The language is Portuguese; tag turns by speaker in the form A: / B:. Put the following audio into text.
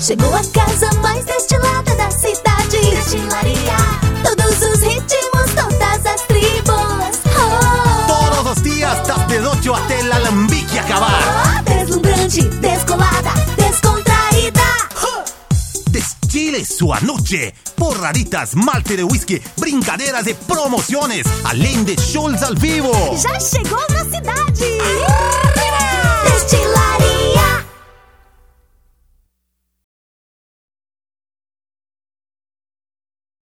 A: Chegou a casa mais destilada da cidade Destilaria Todos os ritmos, todas as tribos oh,
B: Todos los días, desde 8 até el alambique acabar.
A: oh, Deslumbrante, descolada, descontraída
B: Destile su noche. Porraditas, malte de whisky, brincaderas de promociones, além de shows al vivo.
A: Já chegou na cidade